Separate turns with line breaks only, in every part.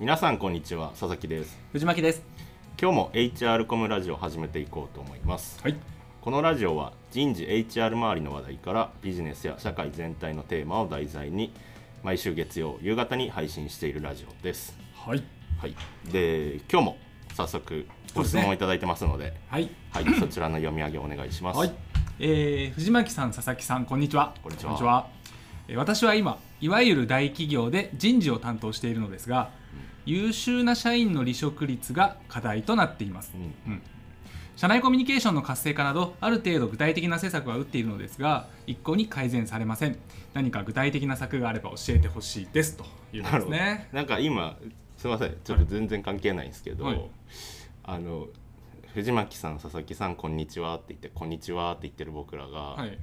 皆さんこんにちは佐々木です
藤巻です
今日も HR コムラジオを始めていこうと思います
はい
このラジオは人事 HR 周りの話題からビジネスや社会全体のテーマを題材に毎週月曜夕方に配信しているラジオです
はい
はいで今日も早速ご質問をいただいてますので
はい、
はい、そちらの読み上げお願いします、
えー藤巻さん佐々木さんこんにちは
こんにちは
えー私は今いわゆる大企業で人事を担当しているのですが優秀な社員の離職率が課題となっています
う、ん
うん社内コミュニケーションの活性化などある程度具体的な施策は打っているのですが一向に改善されません何か具体的な策があれば教えてほしいですということですね
なんか今すみませんちょっと全然関係ないんですけど、
はい
あの藤巻さん佐々木さんこんにちはって言ってこんにちはって言ってる僕らが、
はい、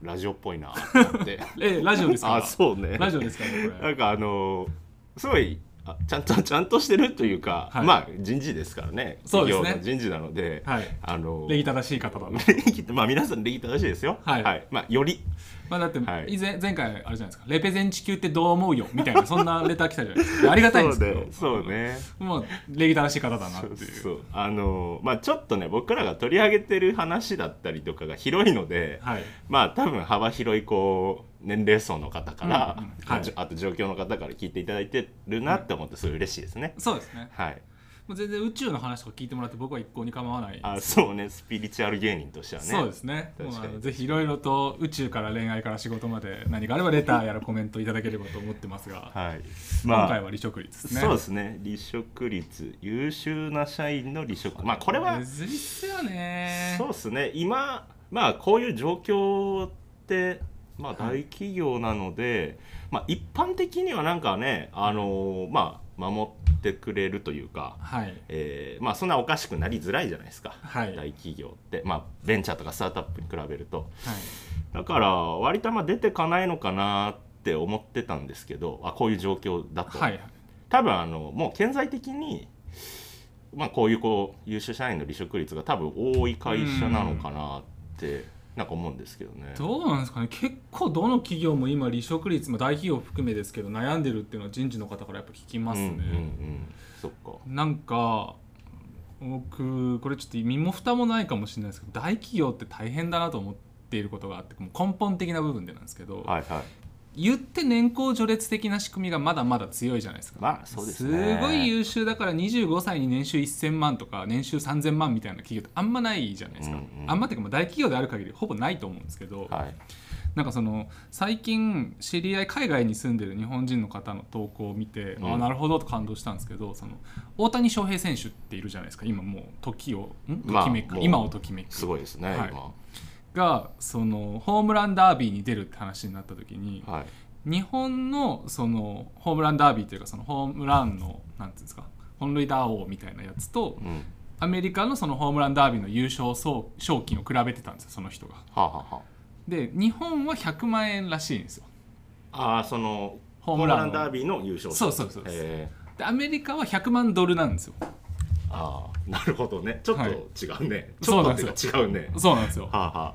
ラジオっぽ いなって思って
えーラジオですから
あそうね
ラジオですからねこ
な
れ
んかあのすごいあちゃんとちゃんとしてるというか、
はい
まあ人事ですからね
そうですね
企業の人事なので、
はい
あの
礼儀正しい方だな
礼儀ってまあ皆さん礼儀正しいですよ
はい
まあより
まあだって
はい
以前、前回あれじゃないですか「レペゼン地球ってどう思うよ」みたいなそんなレター来たじゃ ないですかありがたいんですけど
そうねそうね
もう礼儀正しい方だなっ
そう
ていう
そうあのまあちょっとね僕らが取り上げてる話だったりとかが広いので、
はい
まあ多分幅広いこう年齢層の方から、
うんうんはい
あと状況の方から聞いていただいてるなって思ってすごい嬉しいですね、
そうですね
はい
もう全然宇宙の話とか聞いてもらって僕は一向に構わない
あそうねスピリチュアル芸人としてはね
そうですね
確かに
もうあのぜひいろいろと宇宙から恋愛から仕事まで何かあればレターやらコメントいただければと思ってますが、
はい
今回は
まあ
離職率ですね
そうですね離職率優秀な社員の離職まあこれは
むずいっすよね
そうですね今まあこういう状況ってまあ
はい
大企業なので、まあ一般的にはなんかねあのーまあ守ってくれるというか、
はい
えーまあそんなおかしくなりづらいじゃないですか、
はいはい
大企業ってまあベンチャーとかスタートアップに比べるとだから割とあんま出てかないのかなって思ってたんですけどあこういう状況だと、
はい
多分あのもう顕在的に、まあ、こういうこう優秀社員の離職率が多分多い会社なのかなってなんか思うんですけどね。
どうなんですかね結構どの企業も今離職率も大企業含めですけど悩んでるっていうのは人事の方からやっぱ聞きます
うん
ね
う、んうん、そっか
なんか僕これちょっと身も蓋もないかもしれないですけど大企業って大変だなと思っていることがあってもう根本的な部分でなんですけど、
はいはい
言って年功序列的な仕組みがまだまだ強いじゃないですか、
まあそうですね
ごい優秀だから25歳に年収1000万とか年収3000万みたいな企業ってあんまないじゃないですか、
うんうん
あんまっていうかまあ大企業である限りほぼないと思うんですけど、
はい
なんかその最近知り合い海外に住んでる日本人の方の投稿を見て、
うん
ああなるほどと感動したんですけどその大谷翔平選手っているじゃないですか今もう時をん
まあ
ときめく、
もう
今をときめく
すごいですね、
はい
今
がそのホームランダービーに出るって話になった時に、
はい
日本のそのホームランダービーというかそのホームランのなんていうんですか本塁打王みたいなやつと、
うんは
アメリカのそのホームランダービーの優勝総賞金を比べてたんですよその人が。
あ、はあは
で日本は100万円らしいんですよ。
あ、あーそのホ
ホー
ー
ム
ム
ラン
ランダービーの優勝
そうそうそうです
え
でアメリカは100万ドルなんですよ
ー、ああなるほどねちょっ
はい
と違うね、ち
そ
ょ
う
っと
なん
って
で
い
す
う
よ
か違うね
そうなんですよ
はあ、はあ、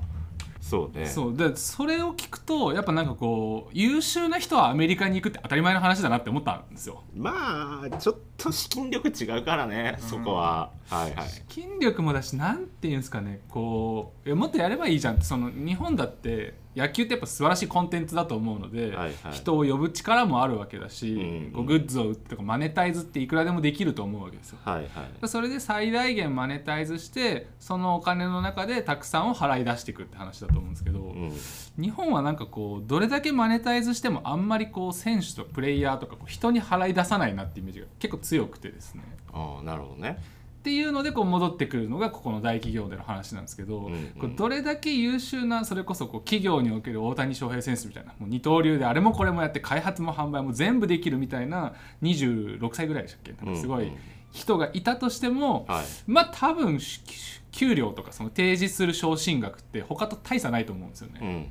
そうね
そうでそれを聞くとやっぱなんかこう優秀な人はアメリカに行くって当たり前の話だなって思ったんですよ
まあちょっと資金力違うからね、
うん
そこははいはい
筋力もだしなんていうんですかねこういやもっとやればいいじゃんってその日本だって野球ってやっぱ素晴らしいコンテンツだと思うので、
はいはい
人を呼ぶ力もあるわけだし、
うん
こうグッズを売ってとかマネタイズっていくらでもできると思うわけですよ
はいはい
それで最大限マネタイズしてそのお金の中でたくさんを払い出していくって話だと思うんですけど、
うん
日本はなんかこうどれだけマネタイズしてもあんまりこう選手とプレイヤーとかこう人に払い出さないなってイメージが結構強くてですね
ああなるほどね
っていうのでこう戻ってくるのがここの大企業での話なんですけど、
うんうん
こうどれだけ優秀なそれこそこう企業における大谷翔平選手みたいなもう二刀流であれもこれもやって開発も販売も全部できるみたいな26歳ぐらいでしたっけなんかすご
うん
い
うん
人がいたとしても、
はい
まあ多分し給料とかその提示する昇進額って他と大差ないと思うんですよね。
うんうん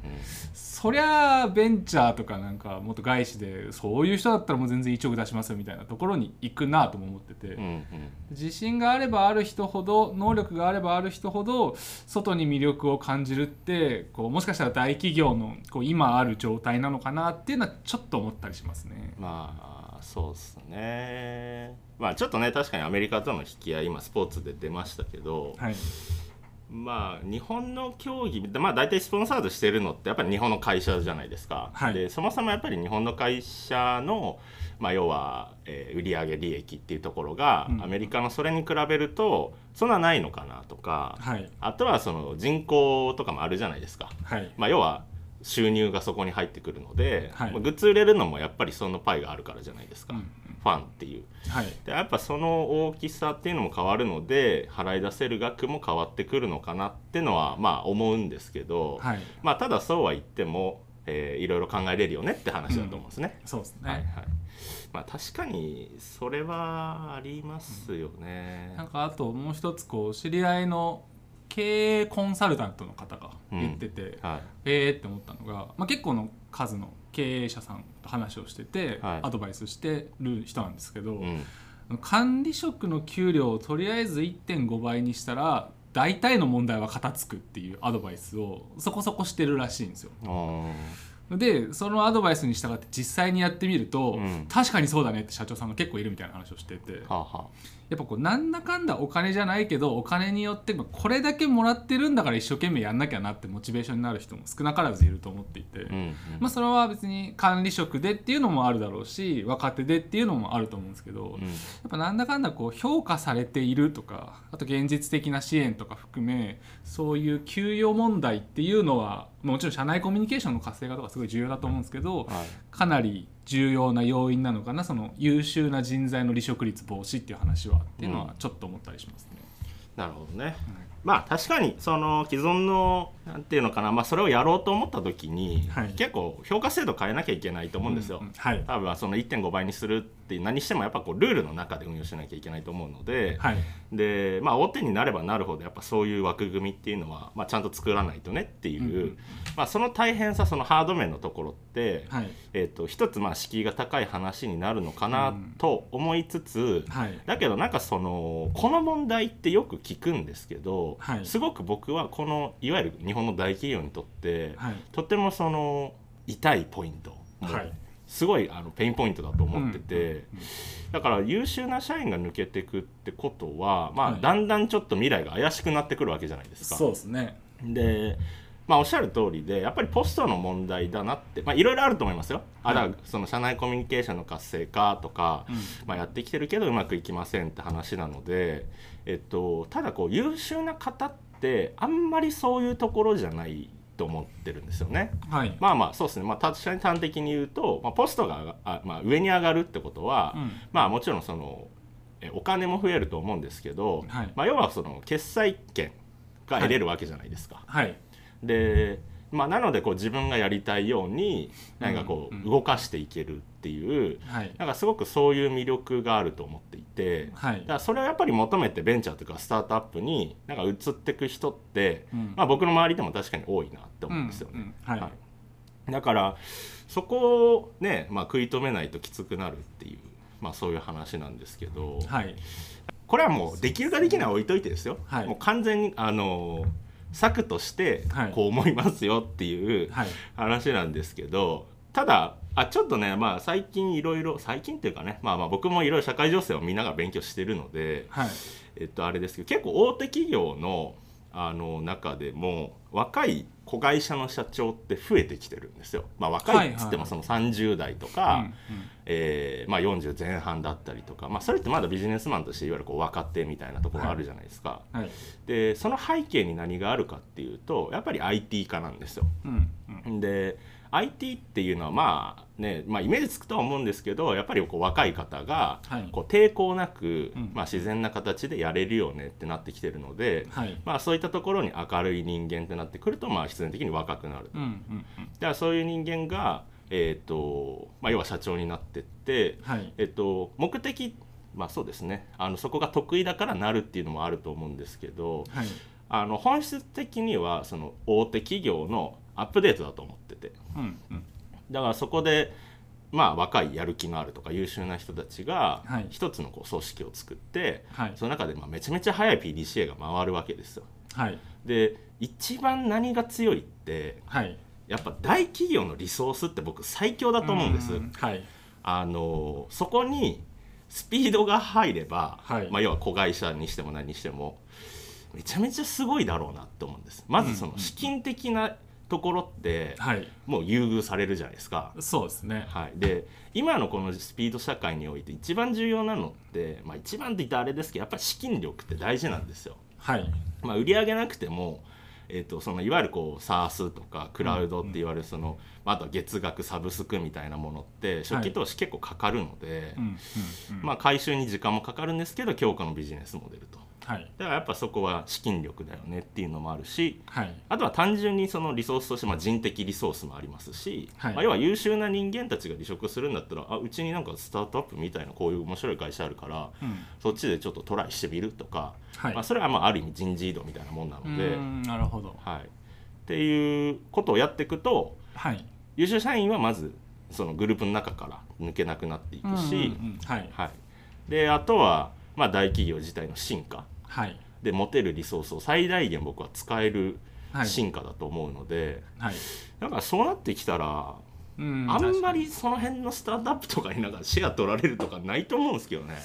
そりゃあベンチャーとかなんかもっと外資でそういう人だったらもう全然1億出しますよみたいなところに行くなとも思ってて、
うんうん
自信があればある人ほど能力があればある人ほど外に魅力を感じるってこうもしかしたら大企業のこう今ある状態なのかなっていうのはちょっと思ったりしますね。
まあそうですねまあちょっとね確かにアメリカとの引き合い今スポーツで出ましたけど、
はい、
まあ日本の競技まあ大体スポンサードしてるのってやっぱり日本の会社じゃないですか、
はい
でそもそもやっぱり日本の会社の、まあ、要は、えー売上利益っていうところが、
うん
アメリカのそれに比べるとそんなないのかなとか、
はい、
あとはその人口とかもあるじゃないですか、
はい、
まあ、要は収入がそこに入ってくるので、
はい
まあグッズ売れるのもやっぱりそのパイがあるからじゃないです
う
か、
んう
フ
ん
ァンっていう
はい、
でやっぱその大きさっていうのも変わるので払い出せる額も変わってくるのかなってのはまあ思うんですけど、
はい、
まあただそうは言っても、えーいろいろ考えれるよねって話だと思うんですね。
そうですね、
はいはいまあ、確かにそれはありますよね。
なんかあともう一つこう知り合いの経営コンサルタントの方が言ってて、
は
えーって思ったのが、まあ、結構の数の経営者さんと話をしてて、
はい
アドバイスしてる人なんですけど、
いうん
管理職の給料をとりあえず1.5倍にしたら大体の問題は片付くっていうアドバイスをそこそこしてるらしいんですよ。
あー
でそのアドバイスに従って実際にやってみると、
うん
確かにそうだねって社長さんが結構いるみたいな話をしてて。
はあは
やっぱこうなんだかんだお金じゃないけどお金によってまあこれだけもらってるんだから一生懸命やんなきゃなってモチベーションになる人も少なからずいると思ってい
あ
て、
うんうん
まあ、それは別に管理職でっていうのもあるだろうし若手でっていうのもあると思うんですけど、
う
や
ん
っぱなんだかんだこう評価されているとかあと現実的な支援とか含めそういう給与問題っていうのはもちろん社内コミュニケーションの活性化とかすごい重要だと思うんですけ
は
ど、
い
かなり重要な要因なのかなその優秀な人材の離職率防止っていう話はっていうの
う
はちょっと思ったりしますね。
なるほどね。
はい
まあ確かにその既存のなんていうのかな、まあ、それをやろうと思った時に、
はい
結構評価制度変えなきゃいけないと思うんですよ。
はい
多分その1.5倍にするって何してもやっぱこうルールの中で運用しなきゃいけないと思うので、
はい
でまあ大手になればなるほどやっぱそういう枠組みっていうのは、まあ、ちゃんと作らないとねっていう、
うんうん
まあ、その大変さそのハード面のところって、
はい
えっと一つまあ敷居が高い話になるのかなと思いつつ、
はい
だけどなんかそのこの問題ってよく聞くんですけど、
はい
すごく僕はこのいわゆる日本の大企業にとって、
はい
とてもその痛いポイント、
はい
すごいあのペインポイントだと思ってて、
うん
だから優秀な社員が抜けてくってことは、まあ
はい
だんだんちょっと未来が怪しくなってくるわけじゃないですか。
そうですね。
でまあ、おっしゃる通りでやっぱりポストの問題だなってまあいろいろあると思いますよ、あだからその社内コミュニケーションの活性化とか、
うん
まあ、やってきてるけどうまくいきませんって話なので、えっと、ただこう優秀な方ってあんまりそういうところじゃないと思ってるんですよね。
はい。
まあまあそうですね、まあ、確かに端的に言うと、まあ、ポストが上があ、まあ、上に上がるってことは、
うん
まあもちろんそのえお金も増えると思うんですけど、
はい
まあ、要はその決済権が得れるわけじゃないですか。
はい
でまあ、なのでこう自分がやりたいように何かこ
うんう
うん動かしていけるっていう
はい
なんかすごくそういう魅力があると思っていてだか
はい。
らそれをやっぱり求めてベンチャーとかスタートアップになんか移ってく人って、
うん
まあ、僕の周りでも確かに多いなって思うんですよね。
うんうんは
はいい、だからそこをね、まあ、食い止めないときつくなるっていう、まあ、そういう話なんですけど、
はい
これはもうできるかできないは置いといてですよ、
はい
もう完全にあの策として
はい
こう思いますよっていう
はい
話なんですけどただあちょっとね、まあ、最近いろいろ最近っていうかね、まあ、まあ僕もいろいろ社会情勢を見ながら勉強してるので、
はい
えっと、あれですけど結構大手企業のあの中でも若い子会社の社長って増えてきてるんですよ。まあ、若いっつっても
はい
その30代とか、
うんうん
えーまあ、40前半だったりとか、まあ、それってまだビジネスマンとしていわゆるこう若手みたいなところがあるじゃないですか。
はい
でその背景に何があるかっていうとやっぱり IT 化なんですよ。
うんうん
で IT っていうのはまあね、まあ、イメージつくとは思うんですけどやっぱりこう若い方が
はい
こう抵抗なく、
うん
まあ、自然な形でやれるよねってなってきてるので、
はい
まあ、そういったところに明るい人間ってなってくると、まあ、必然的に若くなる
うんうんうん
だからそういう人間が、えーとまあ、要は社長になってって、
はい
えっと、目的まあそうですねあのそこが得意だからなるっていうのもあると思うんですけど
はい
あの本質的にはその大手企業のアップデートだと思ってて
うんうん
だからそこでまあ若いやる気のあるとか優秀な人たちが
はい
一つのこう組織を作って、
はい
その中でまあめちゃめちゃ速い PDCA が回るわけですよ。
はい
で一番何が強いって
はい
やっぱ大企業のリソースって僕最強だと思うんです。
はい
あのそこにスピードが入れば、
はい
まあ、要は子会社にしても何にしてもめちゃめちゃすごいだろうなって思うんですまずそ
うんう
の
ん
資金的なところって
はい
もう優遇されるじゃないですか、
そうですね
はい、で今のこのスピード社会において一番重要なのって、まあ、一番って言ったらあれですけどやっぱり資金力って大事なんですよ。
はい
まあ、売り上げなくても、えー、とそのいわゆるこう SARS とかクラウドって言われるその、まあ、あとは月額サブスクみたいなものって初期投資結構かかるので、
うんうんうん
まあ、回収に時間もかかるんですけど強化のビジネスモデルと
はい
だからやっぱそこは資金力だよねっていうのもあるし
はい
あとは単純にそのリソースとしてまあ人的リソースもありますし、
はい
まあ、要は優秀な人間たちが離職するんだったらあうちになんかスタートアップみたいなこういう面白い会社あるから
うん
そっちでちょっとトライしてみるとか、
はい
まあ、それはまあある意味人事異動みたいなもんな
う
ので。
ーんなるほど
はい、っていうことをやっていくと
はい
優秀社員はまずそのグループの中から抜けなくなっていくし、
うんうんうんはい
はい、であとは、まあ、大企業自体の進化
はい
で持てるリソースを最大限僕は使える
はい
進化だと思うので、
はい
なんかそうなってきたら、
うん
あん
確
ま
かに
りその辺のスタートアップとかになんかシェア取られるとかないと思うんですけどね。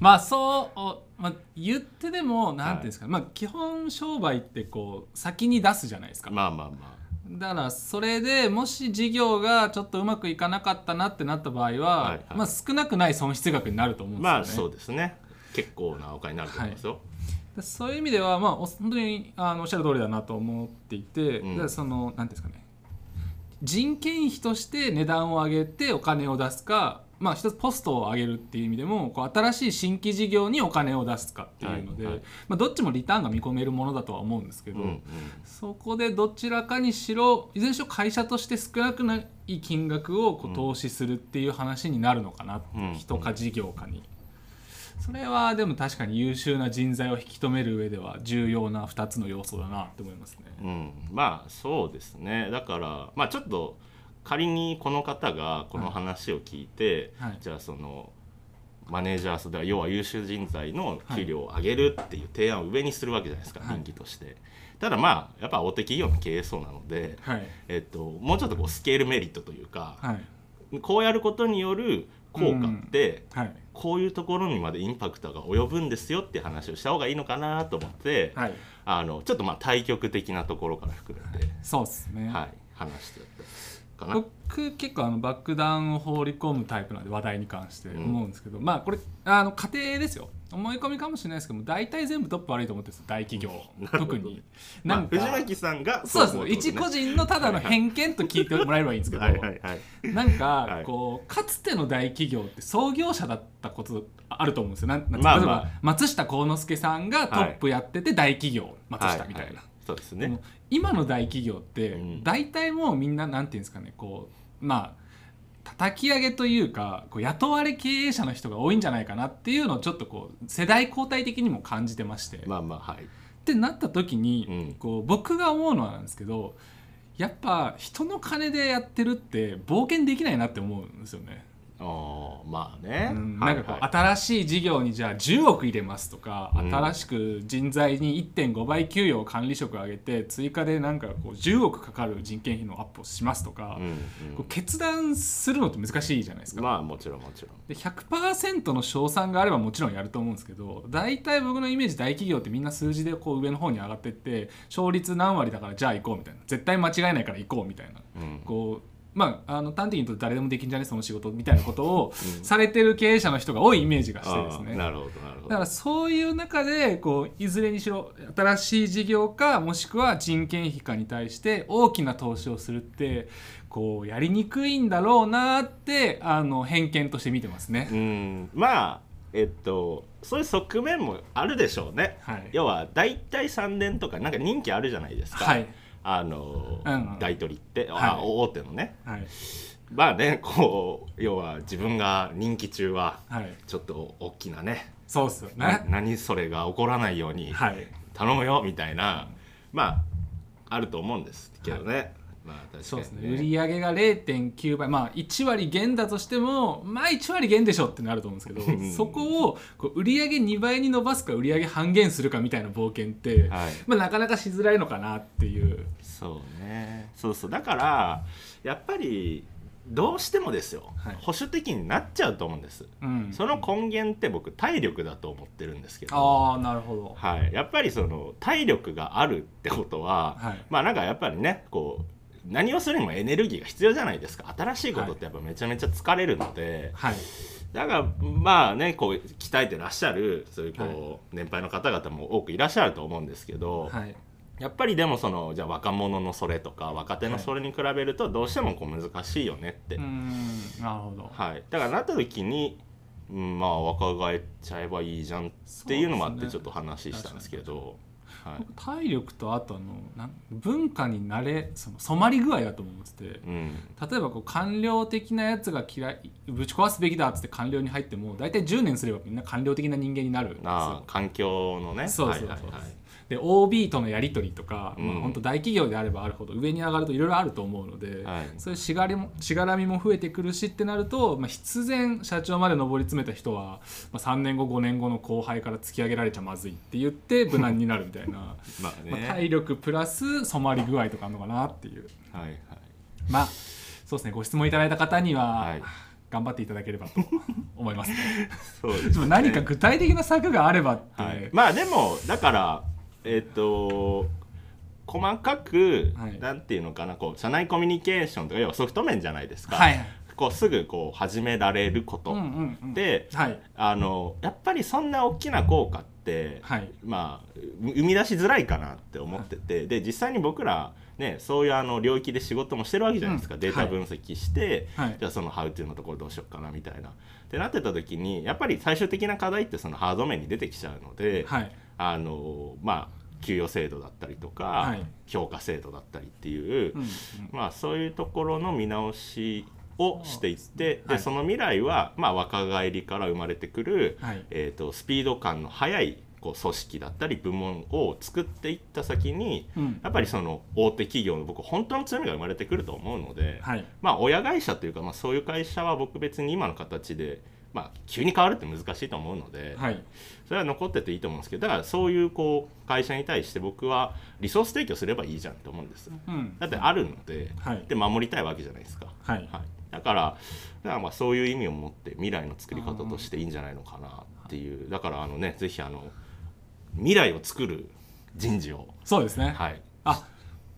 まあそうお、まあ、言ってでもなんていうんですか、まあ基本商売ってこう先に出すじゃないですか、
まあまあま
だからそれでもし事業がちょっとうまくいかなかったなってなった場合は、
はいはい
まあ少なくない損失額になると思う
あ
んですよね。
まあそうですね結構なお金になると思いますよ。
でそういう意味では、まあ、お本当にあのおっしゃる通りだなと思っていて、
うん
だからそのなんていうんですかね人件費として値段を上げてお金を出すか、まあ、一つポストを上げるっていう意味でもこう新しい新規事業にお金を出すかっていうので、
はいはい
まあ、どっちもリターンが見込めるものだとは思うんですけど、
うんうん
そこでどちらかにしろいずれにしろ会社として少なくない金額をこ
う
うん投資するっていう話になるのかな、
うん
人か事業かに。それはでも確かに優秀な人材を引き止める上では重要な2つの要素だなって思いますね。
うん、まあそうですねだからまあちょっと仮にこの方がこの話を聞いて、
はいはい
じゃあそのマネージャーそれは要は優秀人材の給料を上げるっていう提案を上にするわけじゃないですか、
はい
人気として。ただまあやっぱ大手企業の経営層なので、
はい、
えっと、もうちょっとこうスケールメリットというか、
はい、
こうやることによる効果って、
はい、
こういうところにまでインパクトが及ぶんですよっていう話をした方がいいのかなと思って、
はい、
あのちょっとまあ対極的なところから含めて。
そうですね。
はい、話してたかな。
僕結構あの爆弾を放り込むタイプなんで話題に関して思うんですけど、まあこれあの家庭ですよ思い込みかもしれないですけども大体全部トップ悪いと思ってるんです大企業 特に
な
なんん
か、
か、
まあ、藤巻さんが
そうです
思って
一
こと
個人のただの偏見と聞いてもらえればいいんですけど、
はいはいはい。
なんか、
はい
こうかつての大企業って創業者だったことあると思うんですよなんなん
まあ
例え
まあ
ば松下幸之助さんがトップやってて大企業、松下みたいな、
ははそうですね
でも。今の大企業って
うん
大体もうみんななんていうんですかねこうまあ叩き上げというかこう雇われ経営者の人が多いんじゃないかなっていうのをちょっとこう世代交代的にも感じてまして、
まあまあはい。
ってなった時に、
うん
こう僕が思うのはなんですけどやっぱ人の金でやってるって冒険できないなって思うんですよね。
ああまあね。
うん
は
ないんかこう、
はい
新しい事業にじゃあ10億入れますとか、
うん
新しく人材に1.5倍給与を管理職上げて追加でなんかこう10億かかる人件費のアップをしますとか、
うん
こう決断するのって難しいじゃないです
うん、
か。
まあもちろんもちろん。
で100%の賞賛があればもちろんやると思うんですけど大体僕のイメージ大企業ってみんな数字でこう上の方に上がってって勝率何割だからじゃあ行こうみたいな絶対間違えないから行こうみたいな
うん
こうまああの端的に言うと誰でもできんじゃねその仕事みたいなことを
うん
されてる経営者の人が多いイメージがしてです
ああ
ね。
なるほどなるほ
だか
ど
ら。そういう中でこういずれにしろ新しい事業かもしくは人件費かに対して大きな投資をするってこうやりにくいんだろうなってあの偏見として見てますね
う。んまあえっとそういう側面もあるでしょうね。
はい
要は大体3年とかなんか任期あるじゃないですか、
はい
あの、
うんうん
大取りって、
は
あ
い
大手のね
はい
まあねこう要は自分が任期中は
はい
ちょっと大きなね
そうっすよ
な
ね。
何それが起こらないように
はい
頼むよみたいな、まああると思うんですけどね、まあ確か
そうですね
に、
売り上げが0.9倍まあ1割減だとしてもまあ1割減でしょってなると思うんですけ
うん
どそこをこう売り上げ2倍に伸ばすか売り上げ半減するかみたいな冒険って、
はい
まあ、なかなかしづらいのかなっていう
そうねそうそうだからやっぱりどうしてもですよ、
はい
保守的になっちゃうと思うんです、
うん、
その根源って僕体力だと思ってるんですけど、
ああなるほど
はい、やっぱりその体力があるってことは、
はい
まあなんかやっぱりねこう何をするにもエネルギーが必要じゃないですか新しいことってやっぱめちゃめちゃ疲れるので、
はい
だからまあねこう鍛えてらっしゃるそういうこう、
は
年配の方々も多くいらっしゃると思うんですけど、
はい
やっぱりでもそのじゃあ若者のそれとか若手のそれに比べるとどうしてもこう難しいよねって、
うーんなるほど
はい、だからなった時に、うん、まあ若返っちゃえばいいじゃんっていうのもあってちょっと話したんですけど。はい
体力とあとあのなん文化に慣れその染まり具合だと思ってて
うん
例えばこう官僚的なやつが嫌いぶち壊すべきだっつって官僚に入っても大体10年すればみんな官僚的な人間になるんです
ああ
よ。
環境のね
そうそうそう
はいはいはい
で OB とのやり取りとか、ま
う
あ、
ん
本当大企業であればあるほど上に上がるといろいろあると思うので、
はい
そういうしがりもしがらみも増えてくるしってなると、まあ、必然社長まで上り詰めた人は、まあ、3年後5年後の後輩から突き上げられちゃまずいって言って無難になるみたいな、
ま あね、
まあ、体力プラス染まり具合とかあるのかなっていう
はいはい
まあそうですねご質問いただいた方には、
はい
頑張っていただければ と思います、
そうです
でも何か具体的な策があればって、
はい、まあでもだからえっ、と細かく、
はい
なんていうのかなこう社内コミュニケーションとか要はソフト面じゃないですか、
はい
こうすぐこう始められること、
うんうんうん
で
はい
あのやっぱりそんな大きな効果って、
はい
まあう生み出しづらいかなって思っててで実際に僕らねそういうあの領域で仕事もしてるわけじゃないですか、
うん
データ
はい
分析して、
はい
じゃあそのハウトゥーのところどうしようかなみたいな。ってなってた時にやっぱり最終的な課題ってそのハード面に出てきちゃうので、
はい
あのまあ給与制度だったりとか、
はい
評価制度だったりっていう、
うんうん
まあそういうところの見直しをしていって
そうですね
で、
はい
その未来は、まあ、若返りから生まれてくる、
はい
えー、とスピード感の速いこう組織だったり部門を作っていった先に
うん
やっぱりその大手企業の僕本当の強みが生まれてくると思うので、
はい
まあ、親会社というか、まあ、そういう会社は僕別に今の形で、まあ、急に変わるって難しいと思うので、
はい
それは残ってていいと思うんですけどだからそういうこう会社に対して僕はリソース提供すればいいじゃんと思うんです
うん
だってあるので
はい
で守りたいわけじゃないですか、は
はい
い、だからだからまあそういう意味を持って未来の作り方としていいんじゃないのかなっていうだからあのねぜひあの未来を作る人事を
そうですね
はい
あ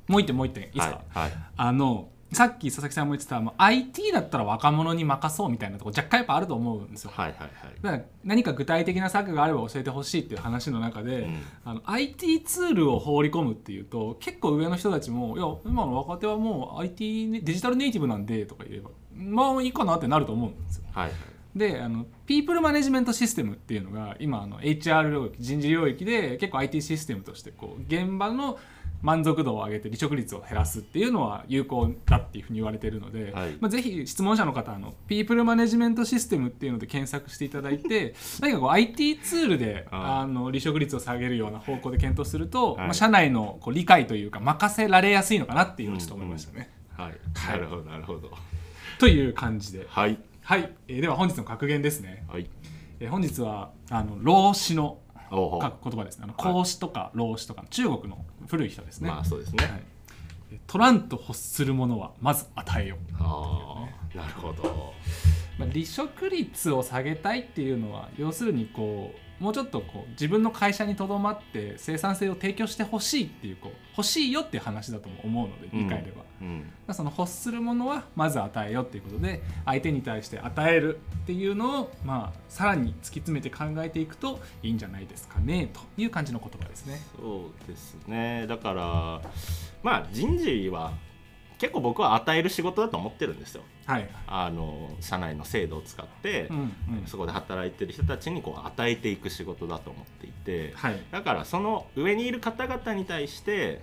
もう一点もう一点いいですか、
はいはい
あのさっき佐々木さんも言ってたもう IT だったら若者に任そうみたいなとこ若干やっぱあると思うんですよ
はいはい
だから何か具体的な策があれば教えてほしいっていう話の中で、
うん
あの IT ツールを放り込むっていうと結構上の人たちも「いや今の若手はもう IT ねデジタルネイティブなんで」とか言えばまあいいかなってなると思うんですよ。
はいはい
であのピープルマネジメントシステムっていうのが今あの HR 領域人事領域で結構 IT システムとしてこう現場の満足度を上げて離職率を減らすっていうのは有効だっていうふうに言われてるので、
はい
まあ、ぜひ質問者の方あのピープルマネジメントシステムっていうので検索していただい て何かこう IT ツールで
ああ
あの離職率を下げるような方向で検討すると、
はい
まあ、社内のこう理解というか任せられやすいのかなっていうのをちょっと思いましたね。
はい
は
ないるほどなるほど
という感じで、
はい
はいえーでは本日の格言ですね。
はい
えー本日はあの老子の
おう
書く言葉ですねあの孔子とか老子とかの中国の古い人ですね、
まあそうですね、
はい、え取らんと欲するものはまず与えよう、
ああなるほど
まあ、離職率を下げたいっていうのは要するにこうもうちょっとこう自分の会社にとどまって生産性を提供してほしいっていうこう欲しいよっていう話だとも思うので
うん
理解では、
うん
まあその欲するものはまず与えよっていうことで相手に対して与えるっていうのを、まあ、さらに突き詰めて考えていくといいんじゃないですかねという感じの言葉ですね。
そうですねだからまあ人事は結構僕は与える仕事だと思ってるんですよ
はい、
あの社内の制度を使って、
うんうん、
そこで働いてる人たちにこう与えていく仕事だと思っていて
はい
だからその上にいる方々に対して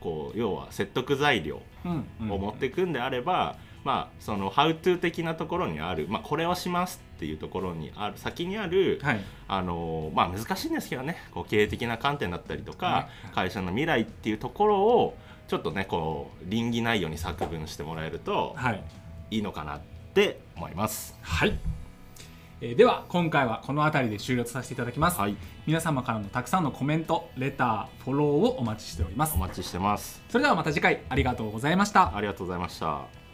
こう要は説得材料
うんうん
を持っていくんであれば、まあそのハウトゥー的なところにある、まあ、これをしますっていうところにある先にある、
はい
あのまあ、難しいんですけどねこう経営的な観点だったりとか、
はい
会社の未来っていうところをちょっとねこう倫理内容に作文してもらえると
はい、
いいのかなって思います。
はいえーでは今回はこの辺りで終了とさせていただきます、
はい、
皆様からのたくさんのコメントレターフォローをお待ちしております
お待ちしてます。
それではまた次回ありがとうございました
ありがとうございました。